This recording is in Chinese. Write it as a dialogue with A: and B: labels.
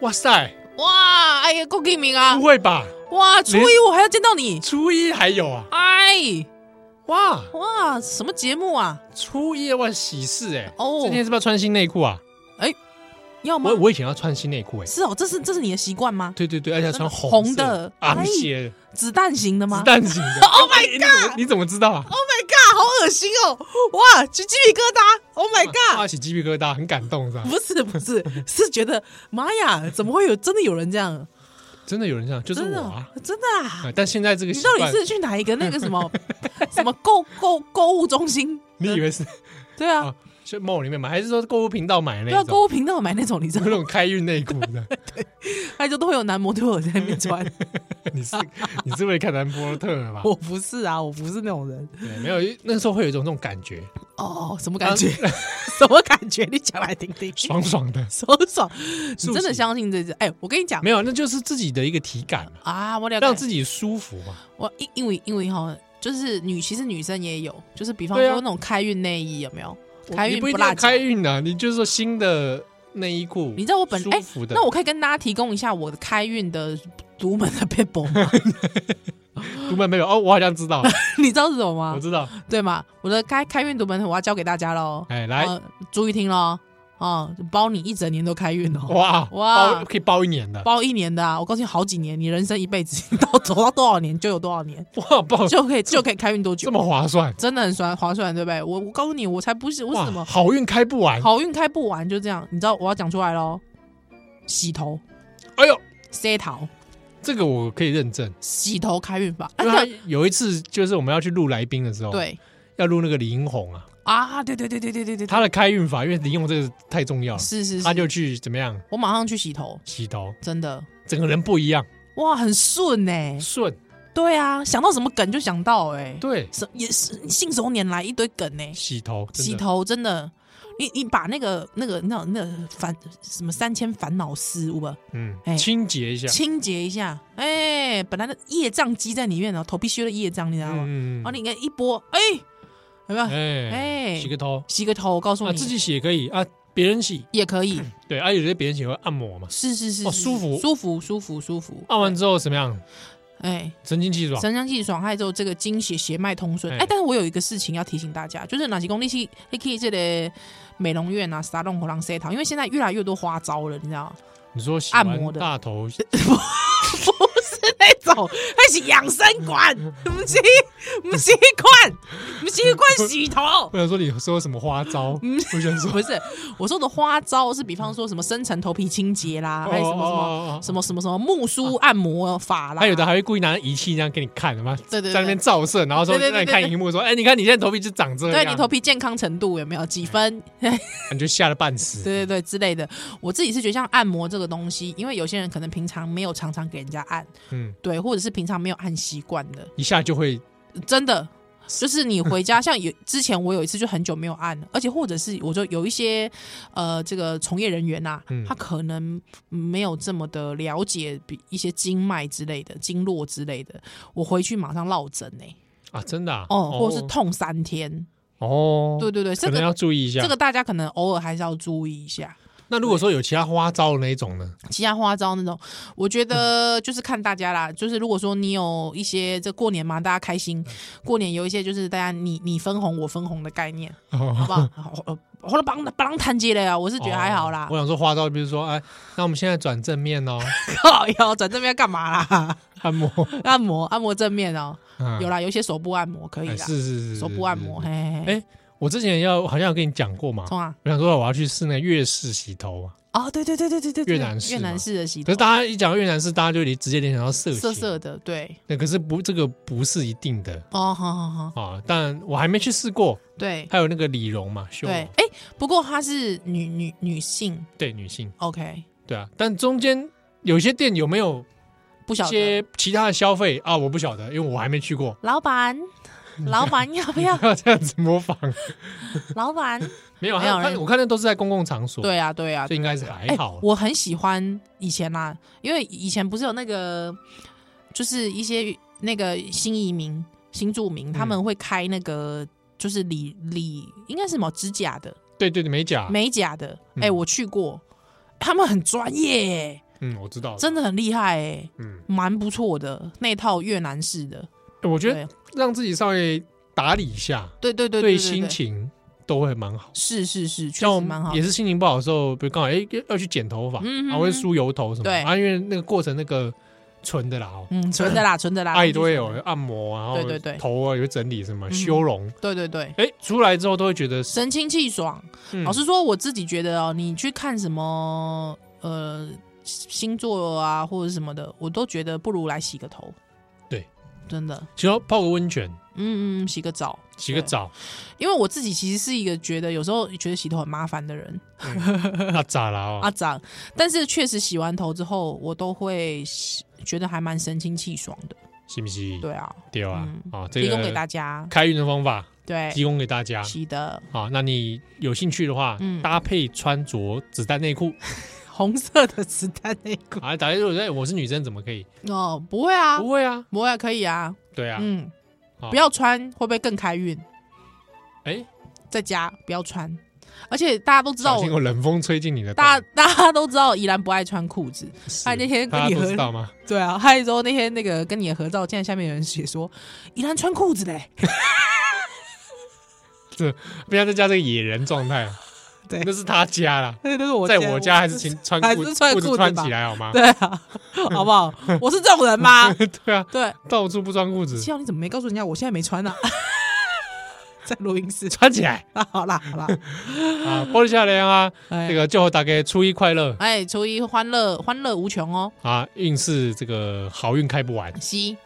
A: 哇塞，
B: 哇，哎呀，够给名啊
A: 不！会吧？
B: 哇，初一我还要见到你，
A: 初一还有啊？
B: 哎，
A: 哇，
B: 哇，什么节目啊？
A: 初一哇喜事哎！
B: 哦
A: 今天是不是要穿新内裤啊？
B: 要吗
A: 我？我以前要穿新内裤哎。
B: 是哦，这是这是你的习惯吗？
A: 对对对，而且要穿
B: 红
A: 色啊
B: 的
A: 昂
B: 哎
A: 鞋、
B: 子弹型的吗
A: 子？弹型的。
B: Oh my
A: 哎你怎么你怎么知道啊？
B: Oh my god，好恶心哦！哇，起鸡皮疙瘩！Oh my
A: 哇，起鸡皮疙瘩，很感动是吧？
B: 不是不是，是觉得妈呀，怎么会有真的有人这样？
A: 真的有人这样，就是
B: 真
A: 我
B: 的
A: 啊。
B: 真的啊！
A: 啊但现在这个
B: 你
A: 习
B: 到底
A: 惯，
B: 是去哪一个那个什么 什么购购购物中心？
A: 你以为是
B: 对啊
A: 啊，去 mall 里面买，还是说购物频道买
B: 对啊，
A: 那种？
B: 购物频道买那种，你知
A: 那
B: 道，
A: 种开运内裤的，
B: 那就都会有男模特儿在那边穿。
A: 你是你是为了看男模特儿 吧？
B: 我不是啊，我不是那种人。
A: 对，没有，那时候会有一种那种感觉，
B: 哦，什么感觉？ 什么感觉？你讲来听听。
A: 呃爽爽的。
B: 爽爽，你
A: 是不
B: 真的
A: 是
B: 相信这只？哎，我跟你 讲
A: 没有，那就是自己的一个体感嘛，
B: 啊，我了
A: 让
B: 解。
A: 自己舒服嘛。
B: 我因因为因为哈，就是女，其实女生也有，就是比方
A: 对
B: 说
A: 啊
B: 那种开运内衣有没有？开
A: 你
B: 运
A: 不一定
B: 辣
A: 要
B: 脚
A: 开。运啊，你就是说新的内衣裤，
B: 你知道我本
A: 舒
B: 哎
A: 服的。
B: 那我可以跟大家提供一下我的开运的独门的 people 吗？
A: 读本没有哦，我好像知道了，
B: 你知道是什么
A: 我
B: 吗？
A: 知道。
B: 对吗？我的开开运独门我要教给大家喽。
A: 哎，来，
B: 呃注意听喽，哦，包你一整年都开运哦，
A: 哇
B: 哇
A: 包可以包一年的，
B: 包一年的、啊，我告诉你，好几年，你人生一辈子你到走到多少年就有多少年，
A: 哇，包
B: 就可以就可以开运多
A: 哦
B: 久
A: 这，么划算，
B: 真的很算划算，对不对？我我告诉你，我才不是为什
A: 哇，
B: 么
A: 好运开不完。
B: 好运开不完，就这样，你知道我要讲出来喽，洗头、
A: 哎呦，
B: 塞头、
A: 这个我可以认证，
B: 洗头开运法，
A: 因为他有一次就是我们要去录来宾的时候，，
B: 啊对
A: 要录那个李英红啊，
B: 啊，对对对对对对对，
A: 他的开运法，因为李英红这个太重要了，
B: 是是
A: 他
B: 是，
A: 就去怎么样
B: 我马上去洗头，
A: 洗头，
B: 真的。
A: 整个人不一样，
B: 哇，很顺哎、
A: 顺，
B: 对啊，想到什么梗就想到哎、
A: 对，
B: 什也是信手拈来一堆梗呢、
A: 洗头，真的
B: 洗，头真的，你你把那个那个那那个烦什么三千烦恼丝，我吧
A: 嗯
B: 哎，
A: 清洁一下，
B: 清洁一下，哎、本来的业障积在里面哦，头皮屑的业障，你知道吗？
A: 嗯
B: 然后你应该一拨，哎、有没有？
A: 哎
B: 哎
A: 洗个头
B: 洗个头，告诉你、
A: 啊，自己洗也可以啊，别人洗，
B: 也可以，
A: 对啊，有些别人洗会按摩嘛，
B: 是是是
A: 哦
B: 是
A: 舒服啊
B: 舒服舒服舒服，
A: 按完之后怎么样，
B: 哎、
A: 神清气爽，
B: 神清气爽，还有这个经血血脉通顺。哎、
A: 哎
B: 但是我有一个事情要提醒大家，就是哪些功力去，你可以这个美容院啊、沙龙、火浪、塞堂，因为现在越来越多花招了，你知道吗？
A: 你说洗
B: 按
A: 完
B: 摩的
A: 大头，
B: 不是那种，那是养生馆，不是不是款，不是款洗头。
A: 我想说你说什么花招，
B: 嗯
A: 我想说
B: 不是，我说的花招是，比方说什么深层头皮清洁啦，
A: 哦
B: 还有什么什么
A: 么
B: 什么什么什么木梳按摩法啦，
A: 还有的还会故意拿仪器这样给你看，什么
B: 对对对
A: 在那边照射，然后说
B: 对对对
A: 让你
B: 对
A: 看
B: 对
A: 荧幕说，哎，你看你现在头皮就长这样，
B: 对你头皮健康程度有没有几分？
A: 你就吓得半死。
B: 对对对之类的。我自己是觉得像按摩这个东西，因为有些人可能平常没有常常给人家按，
A: 嗯，
B: 对，或者是平常没有按习惯的，
A: 一下就会
B: 真的。就是你回家，像有之前我有一次就很久没有按了，而且或者是我就有一些呃这个从业人员呐、啊
A: 嗯
B: 他可能没有这么的了解比一些经脉之类的、经络之类的，我回去马上落枕呢、
A: 啊，真的啊
B: 哦，或者是痛三天，
A: 哦，
B: 对对对，这
A: 可能
B: 个
A: 要注意一下
B: 这。个大家可能偶尔还是要注意一下。
A: 那如果说有其他花招的那一种呢？
B: 其他花招那种，我觉得
A: 嗯
B: 就是看大家啦。就是如果说你有一些这过年嘛，大家开心，过年有一些就是大家你你分红我分红的概念，好
A: 好
B: 不好？好呃我了帮帮谈接了呀，我是觉得还好啦
A: 哦我。想说花招，比如说，哎，那我们现在转正面哦，
B: 靠腰转正面干嘛啦？
A: 按摩，
B: 按摩按摩正面哦，
A: 嗯
B: 有啦，有一些手部按摩可以
A: 哎
B: 啦，
A: 是是是，是
B: 手部按摩，。
A: 是
B: 嘿嘿
A: 哎
B: 嘿，
A: 我之前要好像有跟你讲过嘛，
B: 冲啊！
A: 我想说哦我要去试那个粤式洗头啊，
B: 哦，对对对对对对，对
A: 越南式
B: 越南
A: 嘛
B: 式的洗
A: 可
B: 头
A: 是，大家一讲到越南式，大家就联直接联想到色情
B: 色色的，对，
A: 那可是不，这个不是一定的
B: 哦，好好好，
A: 啊。但我还没去试过。
B: 对
A: 还有那个李容嘛，修
B: 对，哎，不过她是女女女性
A: 对女性，
B: ，OK，
A: 对啊。但中间有些店有没有
B: 不
A: 一
B: 晓得。
A: 些其他的消费啊？我不晓得，因为我还没去过。？
B: 老板，老板要不要
A: 要这样子模仿，
B: 老板，
A: 没有，
B: 没
A: 还
B: 有
A: 有看
B: 人
A: 我看那都是在公共场所，，
B: 对啊，对啊，
A: 这应该是还
B: 哎
A: 好。
B: 我很喜欢以前啦、因为以前不是有那个，就是一些那个新移民、新住民，他
A: 嗯
B: 们会开那个。就是理理应该是什么指甲的、
A: 对对对，美甲
B: 美甲的，哎、
A: 啊嗯
B: 我去过，他们很专业耶、
A: 嗯，我知道，
B: 真
A: 的，
B: 的很厉害哎、
A: 嗯，
B: 蛮不错的那套越南式的。
A: 我觉得
B: 对
A: 让自己稍微打理一下，
B: 对对对
A: 对
B: 对
A: 心情都会蛮好。
B: 是是是，确
A: 像我
B: 实
A: 们
B: 蛮好
A: 也。是心情不好的时候，比如刚好哎、要去剪头发，
B: 嗯
A: 啊，我会梳油头什么的，
B: 对
A: 啊，因为那个过程那个纯的啦哦，
B: 嗯，存的啦，存的啦，
A: 阿姨都会有
B: 工具存的。
A: 按摩啊，然后
B: 对对对
A: 头啊有整理什么
B: 嗯
A: 修容，
B: 对对对，
A: 哎、出来之后都会觉得是，
B: 神清气爽。
A: 嗯
B: 老实说，我自己觉得哦，你去看什么呃星座啊或者什么的，我都觉得不如来洗个头。
A: 对，
B: 真的，
A: 其实泡个温泉，
B: 嗯嗯，洗个澡，
A: 洗个 澡，
B: 因为我自己其实是一个觉得有时候觉得洗头很麻烦的人
A: 啊，咋啦哦，
B: 啊，长，但是确实洗完头之后，我都会洗觉得还蛮神清气爽的。
A: 是不是？
B: 对啊，
A: 对啊，
B: 嗯
A: 啊，这
B: 提供给
A: 个
B: 大家，
A: 开运的方法
B: 对，
A: 提供给大家。
B: 洗的
A: 啊，那你有兴趣的话，
B: 嗯
A: 搭配穿着子弹内 裤
B: 红色的磁带内裤
A: 啊，大家如果说哎我是女生怎么可以？
B: 哦，不会啊，
A: 不会啊，
B: 不会啊可以啊，
A: 对啊，
B: 嗯，
A: 好
B: 不要穿会不会更开运？
A: 哎，
B: 在家不要穿，而且大家都知道
A: 小心
B: 我，
A: 有冷风吹进你的
B: 大
A: 蛋。
B: 家大家都知道宜兰不爱穿裤子，
A: 是
B: 哎那天跟
A: 大
B: 你
A: 家都
B: 合
A: 知道吗？
B: 对啊，还有之后那天那个跟你的合照，竟然下面有人写说宜兰穿裤子嘞，，
A: 不要再加这个野人状态了
B: 对
A: 那是他家啦，
B: 那都是我
A: 在我家还是请穿
B: 还
A: 裤
B: 是穿
A: 裤
B: 裤
A: 子
B: 子
A: 穿
B: 吧
A: 起来好吗？
B: 对啊，好不好？我是这种人吗？
A: 对啊，
B: 对，
A: 到处不穿裤子，
B: 七号你怎么没告诉人家我现在没穿呢、啊？ 在录音室
A: 穿起来
B: 啊，好啦好啦，
A: 啊！玻璃下来啊，
B: 哎
A: 这个祝大家初一快乐
B: 哎，初一欢乐欢乐无穷哦，
A: 啊，运势这个好运开不完。
B: 西